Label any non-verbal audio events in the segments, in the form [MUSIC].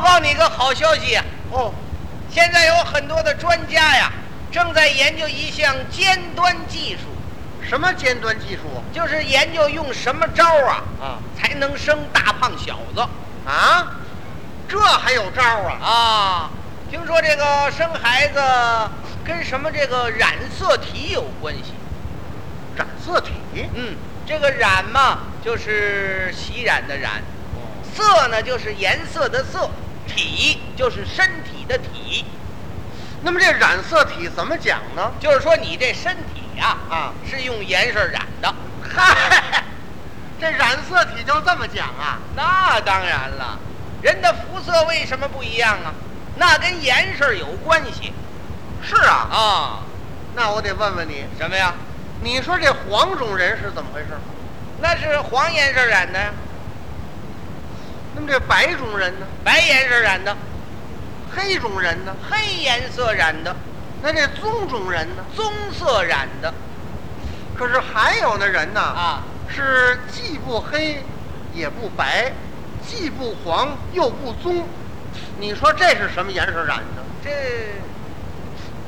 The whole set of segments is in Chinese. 告你个好消息呀、啊哦，现在有很多的专家呀，正在研究一项尖端技术，什么尖端技术就是研究用什么招儿啊啊才能生大胖小子啊？这还有招儿啊？啊。听说这个生孩子跟什么这个染色体有关系？染色体？嗯，这个染嘛，就是洗染的染，哦，色呢就是颜色的色，体就是身体的体，那么这染色体怎么讲呢？就是说你这身体呀啊啊，是用颜色染的。嗨，这染色体就这么讲啊？ [LAUGHS] 那当然了，人的肤色为什么不一样啊？那跟颜色有关系是啊。啊？那我得问问你，什么呀？你说这黄种人是怎么回事？那是黄颜色染的呀，那么这白种人呢？白颜色染的，黑种人呢？黑颜色染的，那这棕种人呢？棕色染的可是还有那人呢？啊。是既不黑也不白，既不黄又不棕，你说这是什么颜色染的？这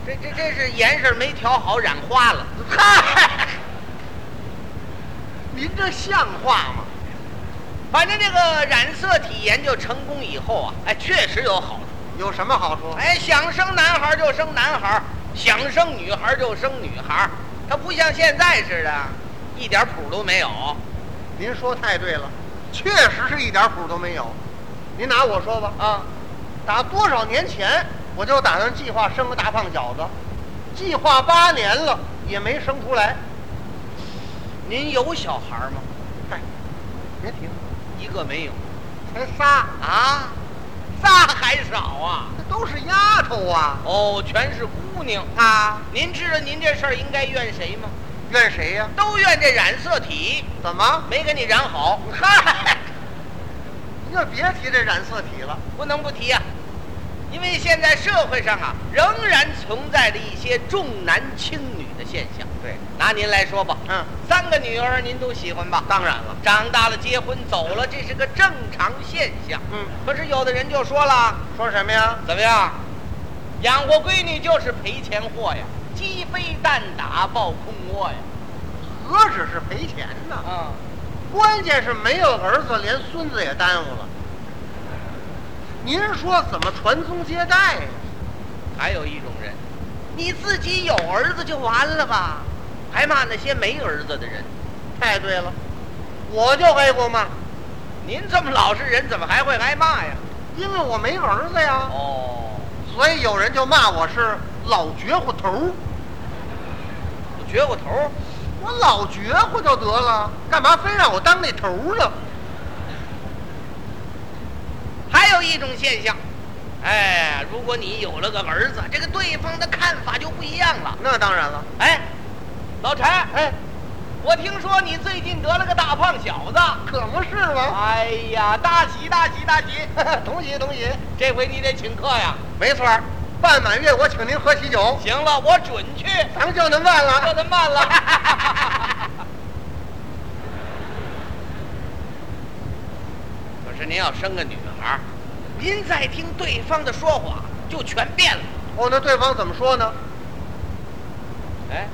这这这是颜色没调好，染花了。嗨，您这像话吗？反正这个染色体研究成功以后啊，哎，确实有好处。有什么好处？哎，想生男孩就生男孩，想生女孩就生女孩，它不像现在似的，一点谱都没有。您说太对了，确实是一点谱都没有。您拿我说吧，啊，打多少年前我就打算计划生个大胖小子，计划八年了也没生出来。您有小孩吗？嗨，哎别提了，一个没有才仨，啊，仨还少啊？这都是丫头啊哦，全是姑娘。啊！您知道您这事儿应该怨谁吗？怨谁呀、都怨这染色体怎么？没给你染好。嗨，您就别提这染色体了。不能不提呀、因为现在社会上啊，仍然存在着一些重男轻女的现象。对，拿您来说吧，嗯，三个女儿您都喜欢吧？当然了，长大了结婚走了，这是个正常现象。嗯，可是有的人就说了，说什么呀？怎么样，养活闺女就是赔钱货呀，鸡飞蛋打抱空窝呀。何止是赔钱呢？啊，关键是没有儿子，连孙子也耽误了。您说怎么传宗接代呀？还有一种人，你自己有儿子就完了吧，还骂那些没儿子的人。太对了，我就挨过骂，您这么老实人，怎么还会挨骂呀？因为我没儿子呀，哦，所以有人就骂我是老绝户头儿。我撅过头儿，我老绝户就得了，干嘛非让我当那头儿呢？还有一种现象，哎，如果你有了个儿子，这个对方的看法就不一样了。那当然了，哎，老陈，哎，我听说你最近得了个大胖小子。可不是吗？ [LAUGHS] 哎呀，大喜大喜大喜！同喜同喜，这回你得请客呀。没错儿，半满月我请您喝喜酒，行了，我准去。咱就能办这 [LAUGHS] 了。就慢了。可是您要生个女孩儿，您再听对方的说法就全变了。哦，那对方怎么说呢？哎，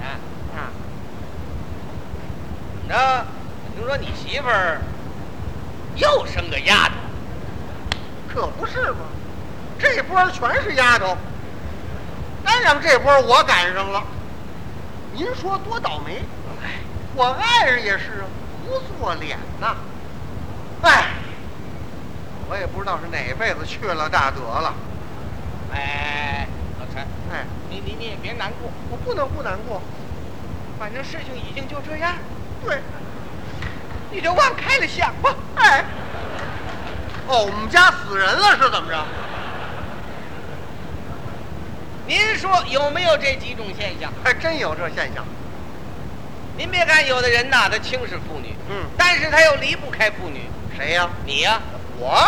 奶奶，啊，哎怎么着？听说你媳妇儿又生个丫头，可不是嘛，这波儿全是丫头，当然这波儿我赶上了。您说多倒霉，哎，我爱人也是胡作脸呐。哎，我也不知道是哪辈子去了大德了。哎，老陈，哎，你你你也别难过，我不能不难过。反正事情已经就这样，对，你就往开了想吧。哎，哦，我们家死人了是怎么着？您说有没有这几种现象？还哎真有这现象。您别看有的人呐，他轻视妇女，嗯，但是他又离不开妇女。谁呀、你呀、我，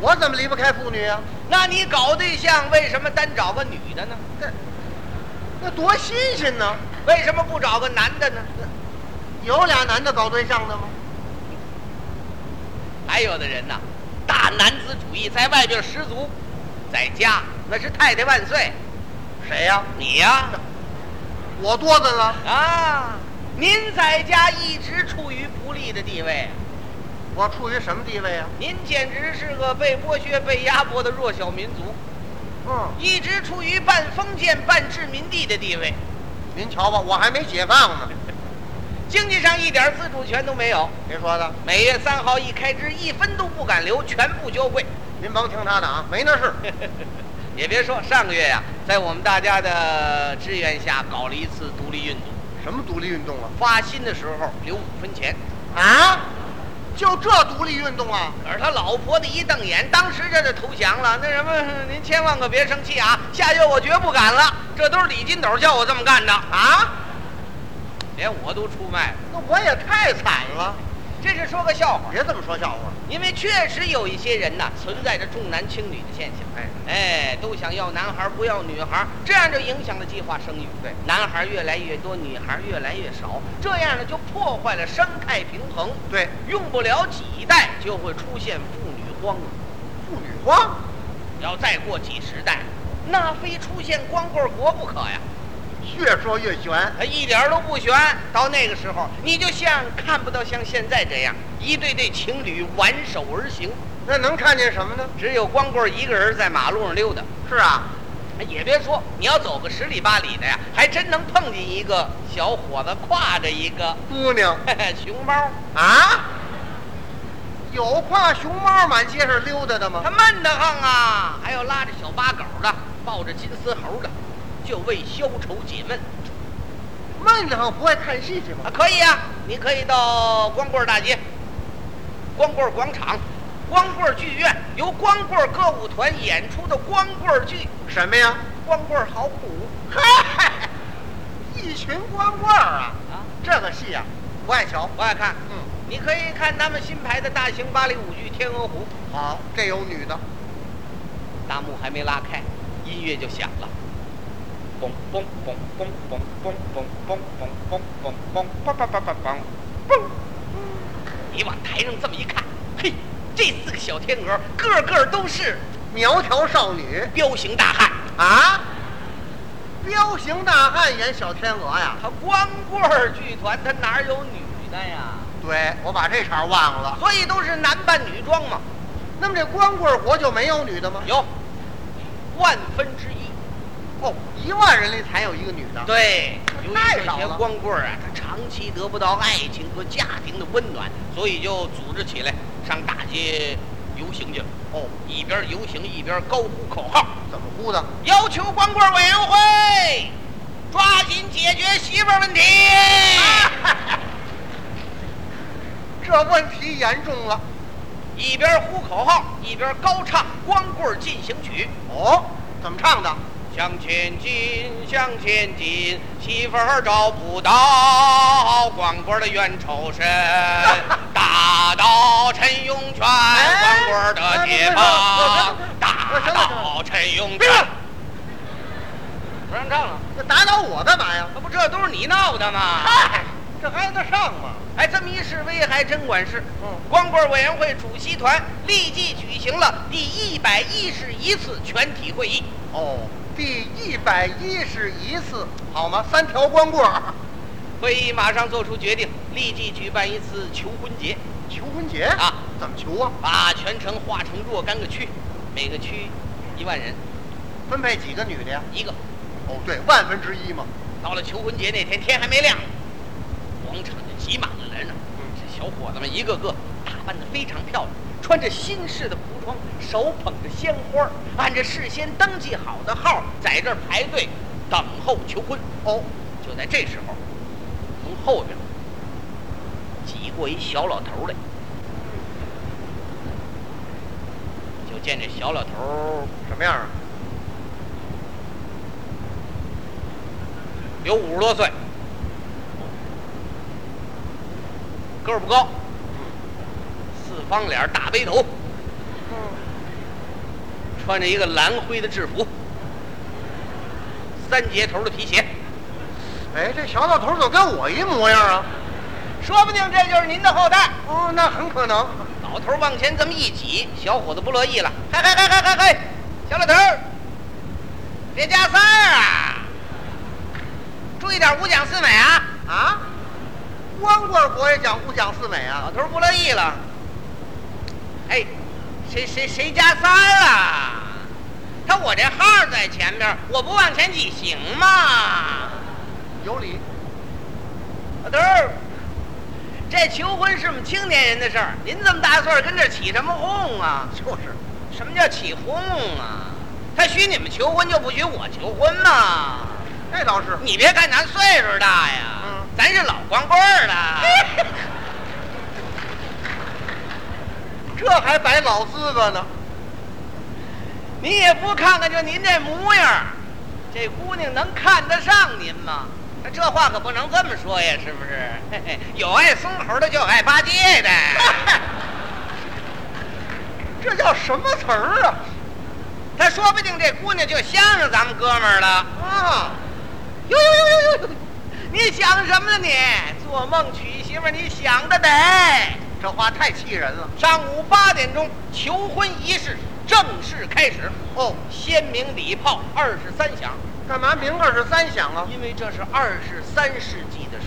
我怎么离不开妇女呀、啊那你搞对象为什么单找个女的呢？这那多新鲜呢！为什么不找个男的呢？有俩男的搞对象的吗？还有的人呐，大男子主义在外边十足，在家那是太太万岁。谁呀、你呀、我多的了，啊，您在家一直处于不利的地位，啊我处于什么地位呀、啊您简直是个被剥削、被压迫的弱小民族，嗯，一直处于半封建、半殖民地的地位，您瞧吧，我还没解放 [LAUGHS] 呢。经济上一点自主权都没有。谁说的？每月三号一开支，一分都不敢留，全部交贵。您甭听他的啊，没那事。 [LAUGHS] 也别说上个月呀、在我们大家的支援下，搞了一次独立运动。什么独立运动啊？发薪的时候留五分钱，啊，就这独立运动啊？可是他老婆子一瞪眼，当时这就投降了。那什么，您千万可别生气啊！下月我绝不敢了，这都是李金斗叫我这么干的 [LAUGHS] 啊！连我都出卖了，那我也太惨了。这是说个笑话。别这么说笑话。因为确实有一些人呐，存在着重男轻女的现象，哎哎，都想要男孩儿不要女孩儿，这样就影响了计划生育。对男孩儿越来越多，女孩儿越来越少，这样呢就破坏了生态平衡。对，用不了几代就会出现妇女荒了。妇女荒，要再过几十代，那非出现光棍国不可呀！越说越悬。他一点儿都不悬。到那个时候，你就像看不到像现在这样一对对情侣挽手而行，那能看见什么呢？只有光棍一个人在马路上溜达。哎是啊，也别说，你要走个十里八里的呀，还真能碰见一个小伙子挎着一个姑娘熊猫，啊，有挎熊猫满街上溜达的吗他？闷得慌啊！还有拉着小八狗的，抱着金丝猴的，就为消愁解闷闷得慌，不爱看戏去啊！吗？可以啊，你可以到光棍大街、光棍广场、光棍剧院，由光棍歌舞团演出的光棍剧、什么呀？光棍好舞 [LAUGHS] 嗨，一群光棍儿啊！啊！这个戏啊，不爱瞧。我爱看，嗯，你可以看咱们新排的大型芭蕾舞剧《天鹅湖》。好，这有女的，大幕还没拉开，音乐就响了。嘣嘣嘣嘣嘣嘣嘣嘣嘣嘣嘣嘣嘣嘣嘣嘣嘣嘣。你往台上这么一看，嘿，这四个小天鹅个个都是苗条少女彪形大汉，啊，彪形大汉演小天鹅呀。他光棍儿剧团他哪有女的呀？对，我把这茬忘了。所以都是男扮女装嘛。那么这光棍国就没有女的吗？有，万分之一。哦，一万人里才有一个女啊的。，对，由于太这少些了光棍儿啊，他长期得不到爱情和家庭的温暖，所以就组织起来上大街游行去了。哦，一边游行一边高呼口号，怎么呼的？要求光棍委员会抓紧解决媳妇儿 [LAUGHS] 问题。这问题严重了。一边呼口号，一边高唱《光棍进行曲》。哦，怎么唱的？向前进，向前进，媳妇儿找不到，光棍儿的冤仇 [LAUGHS] 深，大刀陈永泉，光棍儿的解放，大刀陈永泉。不让唱了，那打倒我干嘛呀？那不这都是你闹的吗？嗨，这还能上吗？哎，这么一示威还真管事。嗯光棍委员会主席团立即举行了第一百一十一次全体会议。哦，第一百一十一次，好吗？三条光棍儿，会议马上做出决定，立即举办一次求婚节。求婚节啊？怎么求啊？把全城划成若干个区，每个区一万人分配几个女的呀？一个。哦，对，万分之一嘛。到了求婚节那天，天还没亮，广场就挤满了人了。这小伙子们一个个打扮得非常漂亮，穿着新式的服装，手捧着鲜花，按着事先登记好的号，在这儿排队等候求婚。哦，就在这时候，从后边挤过一小老头来，就见这小老头儿什么样啊？有五十多岁，个儿不高，四方脸儿大背头，嗯，穿着一个蓝灰的制服，三节头的皮鞋，哎，这小老头儿就跟我一模样啊。说不定这就是您的后代。哦，那很可能。老老头儿往前这么一挤，小伙子不乐意了，嘿嘿嘿嘿嘿嘿，小老头儿，别加塞儿啊，注意点五讲四美啊！啊，光棍国也讲五讲四美老啊！头儿不乐意了，哎，谁谁谁加塞儿啊？他我这号儿在前面，我不往前挤行吗？有理，老头儿，这求婚是我们青年人的事儿，您这么大岁数跟这儿起什么哄啊？就是什么叫起哄啊？他许你们求婚就不许我求婚吗？这倒是。你别看咱岁数大呀，嗯咱是老光棍儿 [LAUGHS] 了。这还摆老资格呢，你也不看看就您这模样儿，这姑娘能看得上您吗？这话可不能这么说呀，是不是？嘿嘿，有爱松猴的就有爱八戒的。这叫什么词儿啊？他说不定这姑娘就相上咱们哥们儿了。啊，呦呦呦呦呦呦！你想什么呢你？做梦娶媳妇儿，你想得得。这话太气人了。上午八点钟，求婚仪式正式开始。哦，先鸣礼炮二十三响，干嘛明儿是三响啊？因为这是二十三世纪的事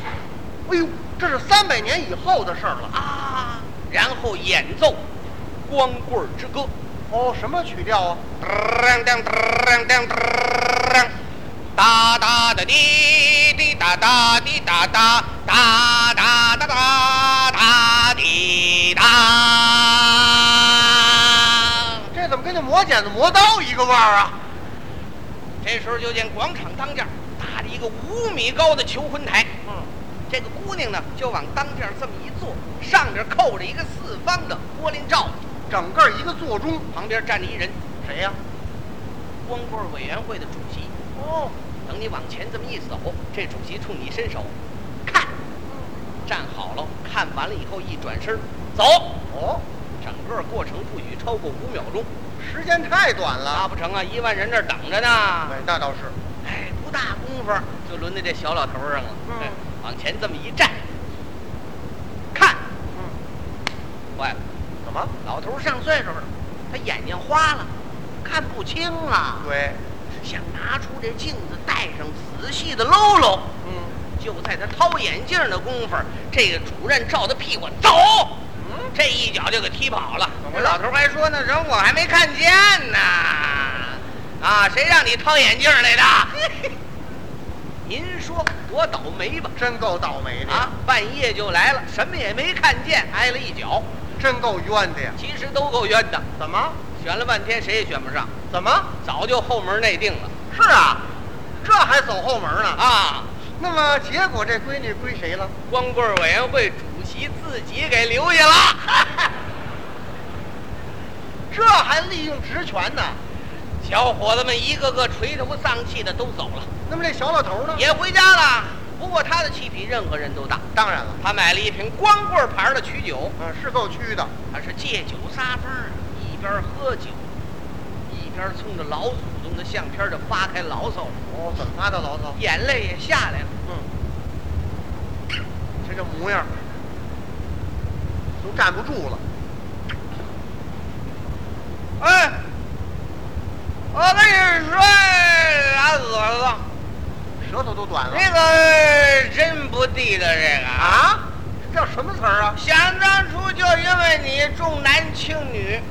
哎呦，这是三百年以后的事儿了。啊。然后演奏《光棍儿之歌》。哦，什么曲调啊？当当当当当，哒哒哒滴滴哒哒滴哒哒哒哒哒哒哒滴哒。这怎么跟那磨剪子磨刀一个腕儿啊？这时候就见广场当间儿搭着一个五米高的求婚台，嗯，这个姑娘呢就往当间儿这么一坐，上边扣着一个四方的玻璃罩子，整个一个座钟。旁边站着一人，谁呀、光棍儿委员会的主席。哦，等你往前这么一走，这主席冲你伸手，看，站好了，看完了以后一转身儿走，哦，整个过程不许超过五秒钟，时间太短那了。不成啊，一万人这儿等着呢。哎，那倒是。哎，不大功夫儿就轮到这小老头儿上了，嗯哎往前这么一站，看，嗯，坏了，怎么？老头儿上岁数了，他眼睛花了，看不清了，对，想拿出这镜子戴上，仔细的搂搂。嗯，就在他掏眼镜的功夫，这个主任照他屁股走，嗯这一脚就给踢跑了怎。么这了老头还说呢，人我还没看见呢，啊，谁让你掏眼镜来的？ [LAUGHS] 您说多倒霉吧？真够倒霉的啊，，半夜就来了，什么也没看见，挨了一脚，真够冤的呀。其实都够冤的，怎么？选了半天谁也选不上，怎么？早就后门内定了是啊，这还走后门呢。啊。那么结果这闺女归谁了？光棍委员会主席自己给留下了。 [LAUGHS] 这还利用职权呢。小伙子们一个个垂头丧气的都走了，那么这小老头呢？也回家了。不过他的气比任何人都大，当然了，他买了一瓶光棍牌的曲酒，嗯，是够屈的。他是借酒撒疯儿，一边喝酒，一边冲着老祖宗的相片儿就发开牢骚，哦，怎么发的牢骚？眼泪也下来了。嗯，这这模样儿都站不住了。哎，我跟你说，俺儿子舌头都短了。这个真不地道，这个啊，啊，这叫什么词儿啊？想当初就因为你重男轻女，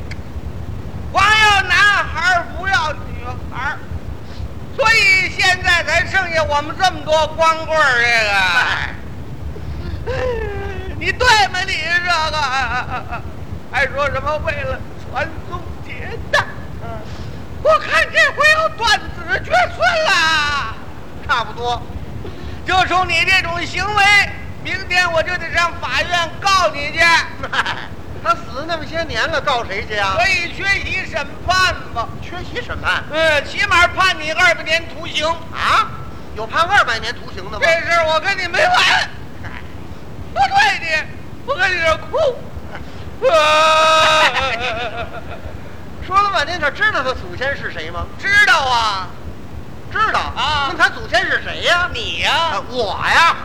光要男孩儿不要女孩儿，所以现在才剩下我们这么多光棍儿。这个，你对吗？你这个还说什么为了传宗接代？嗯，我看这回要断子绝孙了。差不多。就冲你这种行为，明天我就得上法院告你去。嗨他死那么些年了，告谁去啊？可以缺席审判吗？缺席审判嗯，起码判你二百年徒刑。啊？有判二百年徒刑的吗这？事儿我跟你没完，嗨不对你，我跟你这哭。啊说了半天，他知道他祖先是谁吗？知道啊，知道啊那他祖先是谁呀？你呀、啊我呀。